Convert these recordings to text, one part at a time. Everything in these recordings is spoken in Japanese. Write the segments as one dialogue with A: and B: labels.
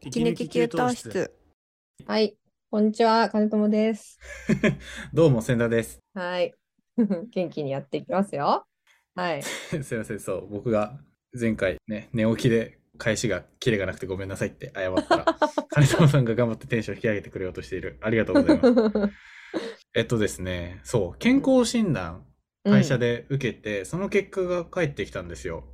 A: 息抜き給湯室。
B: はい、こんにちは、金友です。
C: どうも千田です
B: はい、 元気にやっていきますよ。 はい、
C: すいませんそう僕が前回ね寝起きで返しがキレがなくてごめんなさいって謝った ら金沢さんが頑張ってテンション引き上げてくれようとしているありがとうござい ますえっとですねそう健康診断会社
B: で。
C: で受けて、その結果が返ってきたんですよ、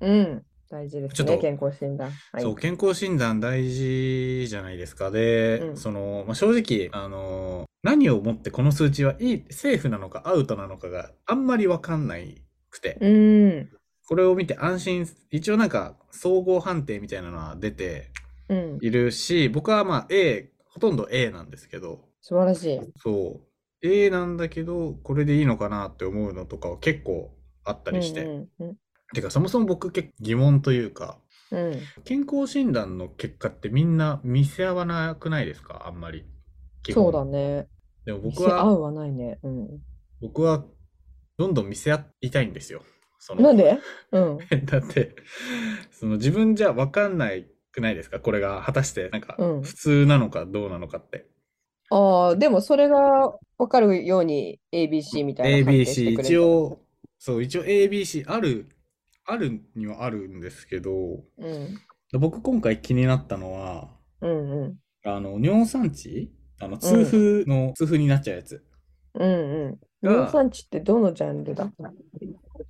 B: うん、大事です
C: ちょ
B: ね、
C: っと
B: 健康診断。はい
C: そう、健康診断大事じゃないですかで、
B: うん
C: その、まあ、正直あの何をもってこの数値はいいセーフなのかアウトなのかがあんまり分かんないくて、
B: うん、
C: これを見て安心、一応なんか総合判定みたいなのは出て
B: うん、
C: いるし、僕はまあ A、ほとんど A なんですけど、
B: 素晴らしい。
C: そう、A なんだけど、これでいいのかなって思うのとかは結構あったりして。
B: うんうん
C: てか、そもそも僕結構疑問というか、
B: うん、うん
C: 健康診断の結果ってみんな見せ合わなくないですかあんまり。基
B: そ
C: 本
B: うだね。
C: でも僕
B: 店合
C: は、
B: うはないね。うん、
C: 僕はどんどん見せ合いたいんですよ。その
B: なんでうん、
C: だってその自分じゃ分かんないくないですかこれが果たしてなんか
B: うん
C: 普通なのかどうなのかって、
B: ああ、でもそれが分かるように ABC みたいな判定して
C: ABC
B: くれる
C: 一、応そう一応 ABC あるあるにはあるんですけど
B: うん、
C: 僕今回気になったのは
B: うん、うん、
C: あの尿酸値あの痛風の、痛風になっちゃうやつ
B: うん、うん。
C: が
B: 尿酸値ってどのジャンルだ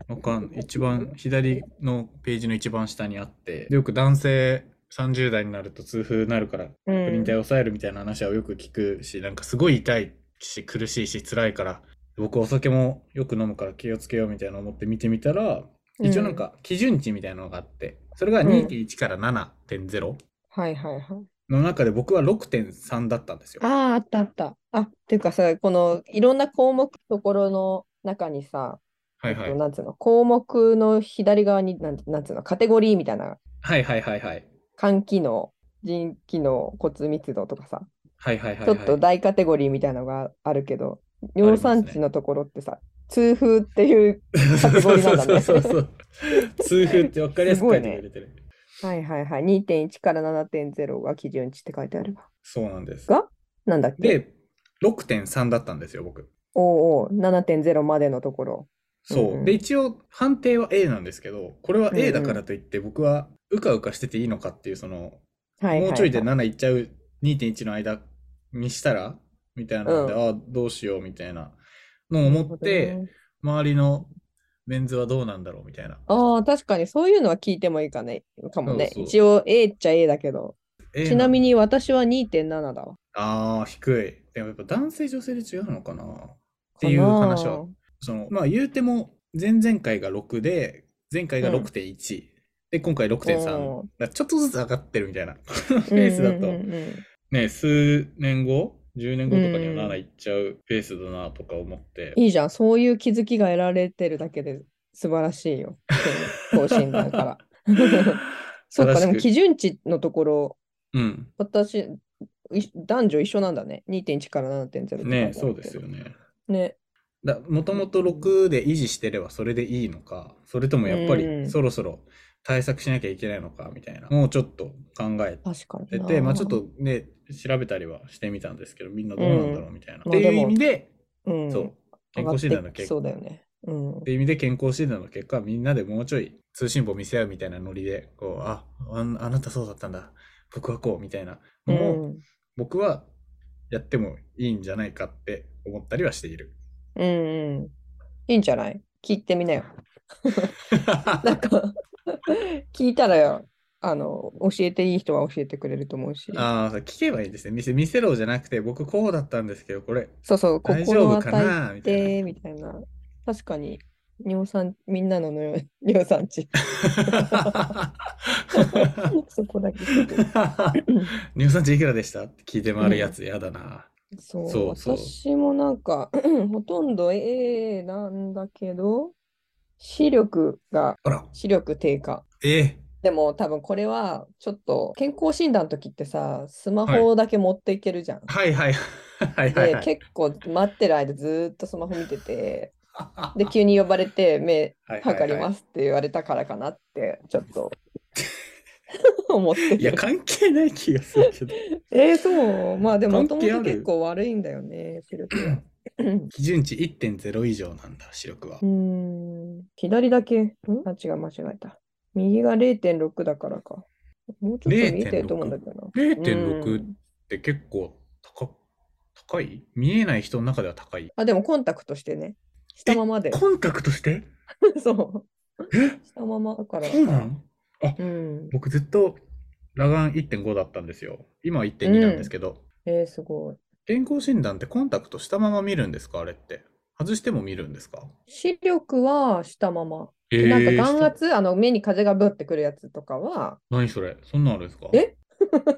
C: わかん一番左のページの一番下にあってよく男性30代になると痛風になるから
B: う
C: プリン体
B: ん、
C: を抑えるみたいな話はよく聞くし、なんかすごい痛いし苦しいし辛いから僕お酒もよく飲むから気をつけようみたいな思って見てみたら一応なんか基準値みたいなのがあってそれが
B: うん
C: 2.1から7.0
B: はいはいはい。
C: の中で僕は6.3だったんですよ。
B: ああ、あったあった。あ、っていうかさ、このいろんな項目ところの中にさ、
C: はいはい、
B: なんつうの、項目の左側に、なん、なんつうの、カテゴリーみたいな、
C: はいはいはいはい
B: 肝機能、腎機能、骨密度とかさ、
C: はいはいはい
B: ちょ
C: は
B: っと
C: い
B: 大カテゴリーみたいなのがあるけど、
C: ますね
B: 尿酸値のところってさ、痛風っていう、カテゴリーなんだね
C: そうそうそうそう痛風って分かりやすく書いてくれてる、
B: はいはいはい、2.1から7.0が基準値って書いてあるわ。
C: そうなんです
B: がなんだっけ
C: で6.3だったんですよ僕
B: おうおう、7.0までのところ。
C: そう、
B: うんうん
C: で一応判定は A なんですけどこれは
B: うんう
C: A
B: ん
C: だからといって僕はうかうかしてていいのかっていうその、
B: はい
C: もうちょいで
B: はいは
C: 7
B: い。
C: いっちゃう2.1の間にしたらみたいなので、ああどうしようみたいなのを思って、
B: なるほどね
C: 周りのメンズはどうなんだろうみたいな
B: ああ、確かにそういうのは聞いてもいいかね。かもね。
C: そうそう
B: 一応 A っちゃ A だけど。
C: A
B: ちなみ
C: に
B: に私は2.7だわ。っ
C: ああ低いでもやっぱ男性女性で違うのかなていう話はそのまあ言うても前々回が6で前回が
B: うん
C: 6.1、で今回6.3だ
B: おー
C: からちょっとずつ上がってるみたいなこのペースだと、ね、数年後、10年後とかに
B: うん
C: は7いっちゃうペースだなとか思って、
B: いいじゃん。そういう気づきが得られてるだけで素晴らしいよ。更新だ から。そう
C: 正
B: か、
C: し
B: で
C: く
B: も基準値のところ、
C: うん、
B: 私、い男女一緒なんだね。2.1から7.0。
C: ね、 そうですよ。ね。
B: ね。
C: だもともと6で維持してればそれでいいのか、それともやっぱ
B: うん
C: りそろそろ対策しなきゃいけないのかみたいな、もうちょっと考え
B: 確かに
C: て
B: な。
C: て、まあちょっとね、調べたりはしてみたんですけど、みんなどうなんだろうみたいな。
B: う
C: っ
B: ん
C: て
B: まあ
C: い
B: で
C: う
B: も
C: 意味で、
B: うん、
C: そう、健康診断の結果。
B: 上がってきそうだよね。うん
C: っ。ていう意味で健康診断の結果みんなでもうちょい通信簿見せ合うみたいなノリでこうああんあなたそうだったんだ僕はこうみたいなのを、
B: うん
C: 僕はやってもいいんじゃないかって思ったりはしてい る。
B: うんうん。いいんじゃない聞いてみなよ。なんか 聞いたらよ、あの、教えていい人は教えてくれると思うし。
C: ああ聞けばいいですね見せ見せろじゃなくて僕こうだったんですけどこれ
B: そうそう、
C: 大丈
B: 心
C: 夫
B: を
C: か
B: 与
C: なみ
B: え
C: たい
B: て、みたいな。確かに、尿酸、みんなの尿 尿酸 値。
C: な。
B: そこだけ聞いて。
C: 乳酸値いくらでしたって聞いて回るやつやだな。
B: そう、
C: そうそう
B: 私もなんか、 ほとんど A なんだけど、視力が、
C: あら
B: 視力低下。
C: ええ
B: でも多分これはちょっと健康診断の時ってさスマ
C: は
B: ホだけ持っていけるじゃん。
C: はいはいはいはい、は
B: で
C: い。
B: 結構待ってる間ずーっとスマホ見ててで急に呼ばれて目
C: はいはいはい
B: 測りますって言われたからかなってちょっと思って
C: いや、
B: る。
C: 関係ない気がするけど。
B: えー、そう。まあでも、もと
C: 関係
B: もと
C: ある
B: 結構悪いんだよね、視力が。う
C: 基準値1.0以上なんだ、視力は
B: ー。ん。左だけ。んあ、違う、間違えた。右が0.6だからか。もうちょっと見てると思うんだけどな。う
C: 0.6っ
B: ん
C: て結構高高い見えない人の中では高い。
B: あ、でもコンタクトしてね。したままで。
C: コンタクトして
B: そう。したままだから。
C: そうなの
B: うん。
C: 僕ずっと裸眼1.5だったんですよ。今は1.2なんですけど。
B: えー、すごい。
C: 健康診断ってコンタクトしたまま見るんですかあれって。外しても見るんですか
B: 視力はしたまま。
C: え
B: でなんか眼
C: そ
B: 圧、あの目に風がブってくるやつとかは
C: 何それそんなんあるんですか
B: え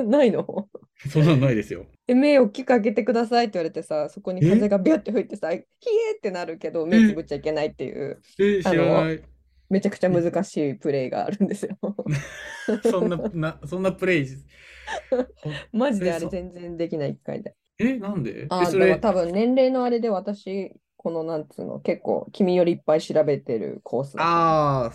B: ないの
C: そんなんないですよ。
B: え目を大きく開けてくださいって言われてさ、そこに風がビュって吹いてさ、ひえーってなるけど、目つぶっちゃいけないっていう、
C: え、知らない。
B: めちゃくちゃ難しいプレイがある んですよ。
C: そんな、なそんなプレイ。ほ
B: マジであ
C: えそ
B: れ全然できない一回で。
C: え、なんでえ、
B: あー
C: そ
B: でも
C: れ、
B: 多分年齢のあれで私、このなんつうの、結構君よりいっぱい調べてるコースだから
C: ああ、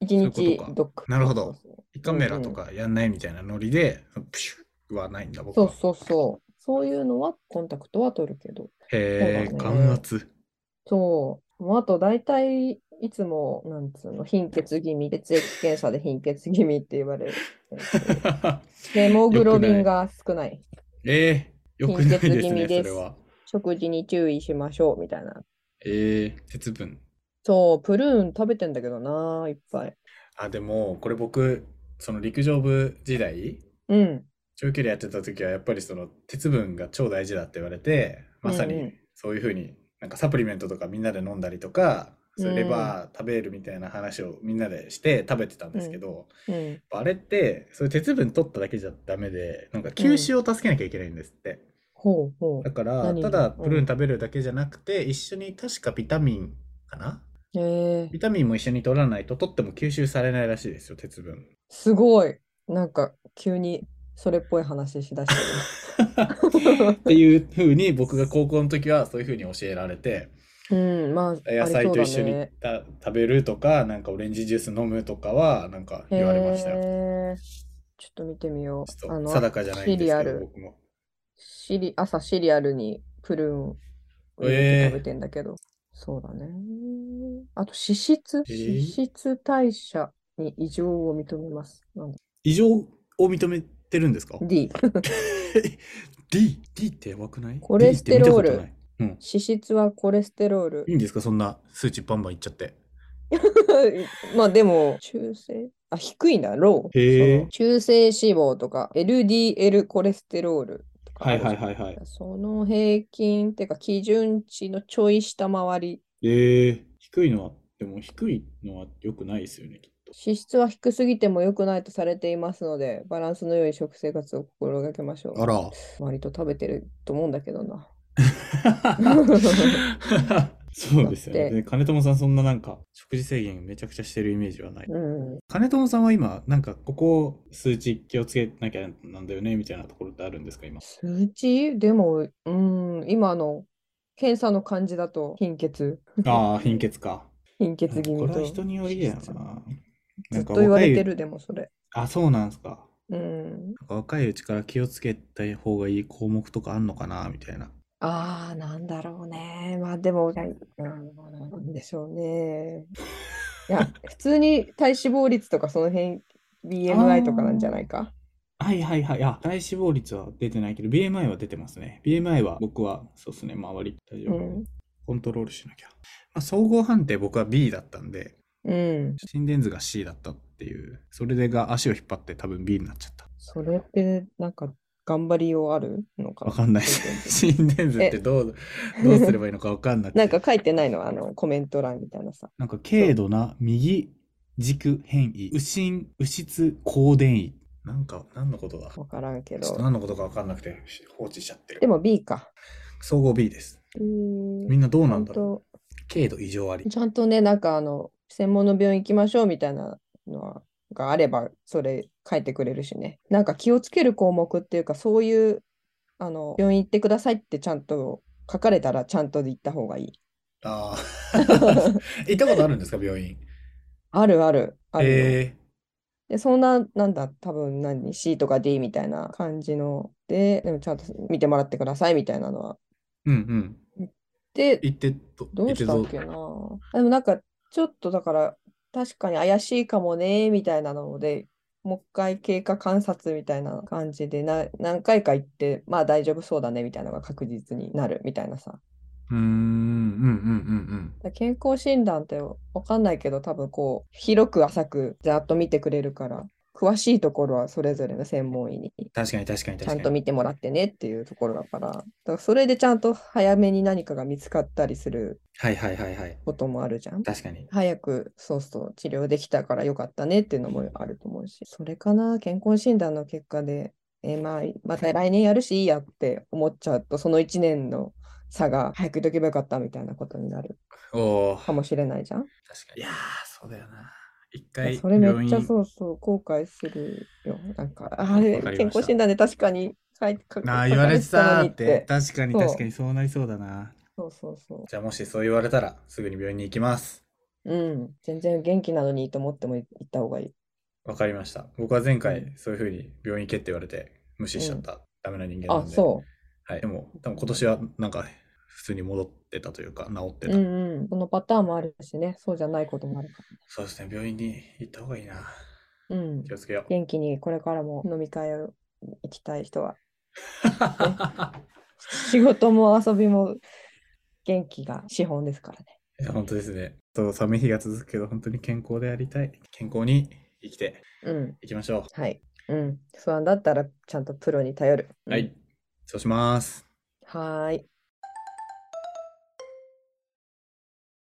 B: 一
C: そういう
B: 日
C: ことか
B: どっか。
C: なるほど
B: そうそうそう
C: カメラとかやんないみたいなノリで、プシュッはないんだ、僕
B: そ
C: は。
B: うそうそう。そういうのはコンタクトは取るけど。
C: へえ、
B: そうだね
C: 眼圧。
B: そう。もうあと大体いつも、なんつうの、貧血気味、血液検査で貧血気味って 言われる。ヘモグロビンが少ない。
C: えー、よくないで
B: 貧血
C: す
B: 気
C: ね、
B: 味
C: そ
B: で
C: れ
B: す
C: は。
B: 食事に注意しましょうみたいな。
C: えー、鉄分。
B: そう、プルーン食べてんだけどな、いっぱい。
C: あ、でも、これ僕、その陸上部時代、
B: うん。
C: 長距離やってた時は、やっぱりその鉄分が超大事だって言われて、まさ
B: うんう
C: に
B: ん
C: そういうふうに、なんかサプリメントとかみんなで飲んだりとか、そういうレバー食べるみたいな話をみんなでして食べてたんですけど、
B: うん。
C: あれって、そういう鉄分取っただけじゃダメで、なんか吸収を助けなきゃいけないんですって。
B: ほうほう
C: だ。から、
B: 何
C: ただ
B: うん
C: プルーン食べるだけじゃなくて、一緒に確かビタミンかな
B: えー、
C: ビタミンも一緒に取らないと取っても吸収されないらしいですよ、鉄 分。
B: すごい。なんか急にそれっぽい話しだし
C: っていうふうに僕が高校の時はそういうふうに教えられて、
B: て る。うん、まあ、あり
C: 野菜
B: そう
C: と
B: だ
C: 一緒に
B: ね。
C: た食べるとか、なんかオレンジジュース飲むとかは、なんか言われましたよ。
B: へーちょっと見てみよう。
C: ちょ
B: あ
C: っ
B: の
C: と定かじゃないんで
B: シリ
C: す
B: ア
C: けど、
B: ル
C: 僕も。
B: シリ、朝シリアルにプルーンを入れて食べてんだけど。そうだね。あと脂質、
C: えー
B: 脂質代謝に異常を認めます。なんだ
C: 異常を認めてるんですか
B: D、
C: D、D ってやばくない
B: コレステロール
C: D って見たことないうん。
B: 脂質はコレステロール
C: い。いんですかそんな数値バンバンいっちゃって。
B: まあでも、中性、あ、低いな、ロー。
C: へー
B: その中性脂肪とか、LDL コレステロールとかあるじゃん。
C: はいはい。
B: その平均っていうか、基準値のちょい下回り
C: ええ低いのは、でも低いのは良くないですよね、きっと。
B: 脂質は低すぎても良くないとされていますので、バランスの良い食生活を心がけましょ
C: あ
B: う。
C: ら。
B: 割と食べてると思うんだけどな。
C: そうですよ
B: だ
C: ね。
B: って
C: で金友さん、そんななんか、食事制限めちゃくちゃしてるイメージはない。
B: うん。
C: 金友さんは今、なんか、ここ、数値気をつけなきゃなんだよね、みたいなところってあるんですか、今。
B: 数値でも、うん、今の検査の感じだと貧血、
C: ああ、貧血か。
B: 貧血気
C: こ
B: 味
C: れは
B: と。
C: 人によりだよ
B: 質
C: な。
B: ず
C: な
B: っ
C: んか
B: と言われ
C: 若い
B: てる、でもそれ。
C: あ、そうなんですか。
B: うん。
C: なんか若いうちから気をつけた方がいい項目とかあんのかな、みたいな。
B: ああ、なんだろうね。まあでも、はいうん、なんでしょうね。いや、普通に体脂肪率とかそ の辺、BMI とかなんじゃないか。
C: はいはいはい。あ、体脂肪率は出てないけど、BMI は出てますね。BMI は僕は、そうですね、まあ割と大丈
B: う
C: 夫。
B: ん。
C: コントロールしなきゃ。まあ、総合判定僕は B だったんで、
B: うん。
C: 心電図が C だったっていう、それでが足を引っ張って多分 B になっちゃった。
B: それって、なんか、頑張りようあるのか
C: わかんない。心電図ってどう、どうすればいいのかわかんなくて。
B: なんか書いてないの、あの、コメント欄みたいなさ。
C: なんか軽度な右軸変異、右心、右室高電位。なんか、何のことだちょ
B: わからんけ
C: っと
B: ど。
C: 何のことかわかんなくて放置しちゃって
B: で
C: る。
B: も B か。
C: 総合 B です。
B: うん
C: みんなどう
B: ち
C: な
B: ゃ
C: ん
B: ん
C: だろう。
B: と、
C: 軽度異常あり。
B: ちゃんとね、なんかあの、専門の病院行きましょうみたいなのはがあれば、それ書いてくれるしね。なんか気をつける項目っていうか、そういう、あの、病院行ってくださいってちゃんと書かれたら、ちゃんと行った方がいい。
C: あ あ。行ったことあるんですか、病院。
B: あるある、あるよ。
C: え
B: で、そんな、なんだ、多分何、C とか D みたいな感じので、でもちゃんと見てもらってくださいみたいなのは。
C: うんうん。
B: で、
C: 行ってと、
B: どうした
C: 行
B: っ
C: っ
B: け
C: て
B: な。で
C: ぞ
B: もなんか、ちょっとだから、確かに怪しいかもね、みたいなので、もう一回経過観察みたいな感じでな、何回か行って、まあ大丈夫そうだね、みたいなのが確実になるみたいなさ。
C: うーん、うんうんうん
B: だから健康診断ってわかんないけど、多分こう、広く浅く、ざーっと見てくれるから、詳しいところはそれぞれの専門医に
C: うん。確かに確かに
B: ちゃ
C: 確
B: ん
C: か
B: と
C: に。
B: 見てもらってねっていうところだから、だからそれでちゃんと早めに何かが見つかったりする
C: はいはいはいはい。
B: こともあるじゃん。
C: 確かに。
B: 早くそうそう治療できたからよかったねっていうのもあると思うし、それかな、健康診断の結果で、えーまあ、また来年やるしいいやって思っちゃうと、その1年の差が早く言っとけばよかったみたいなことになる
C: おお。
B: か
C: 確か
B: もしれないじゃん。
C: に。いやー、そうだよな。一
B: いや
C: 回、
B: それめ
C: 病
B: っちゃ
C: 院。
B: そうそう後悔するよ。なんか、あ
C: わか
B: れ
C: りました
B: 健康診断で確かに書い書
C: なあ、
B: 書
C: 言われて
B: か
C: た
B: のに
C: ーって。確かに
B: そう
C: 確かにそうなりそうだな。
B: そうそうそう。
C: じゃあもしそう言われたら、すぐに病院に行きます。
B: うん、全然元気なのにと思っても行った方がいい。
C: わかりました。僕は前
B: う
C: 回
B: ん、
C: そういうふうに病院行けって言われて、無視しちゃった。ダメな人間な
B: あ、
C: んで。
B: そ
C: はい。でも、多分今年は、なんか、普通に戻ってたというか、治って
B: う。
C: た。
B: うんうん。そのパターンもあるしね、そうじゃないこともあるか
C: そうですね、病院に行った方がいいな。
B: ら。うん。
C: 気をつけよう。
B: 元気にこれからも飲み会を行きたい人は、仕事も遊びも元気が資本ですからね。
C: いや本当ですね。そう寒い日が続くけど、本当に健康でありたい。健康に生きて
B: うん。
C: いきましょ
B: はい。うん。不安だったらちゃんとプロに頼る。
C: う。はい。そうします。
B: うん。はーい。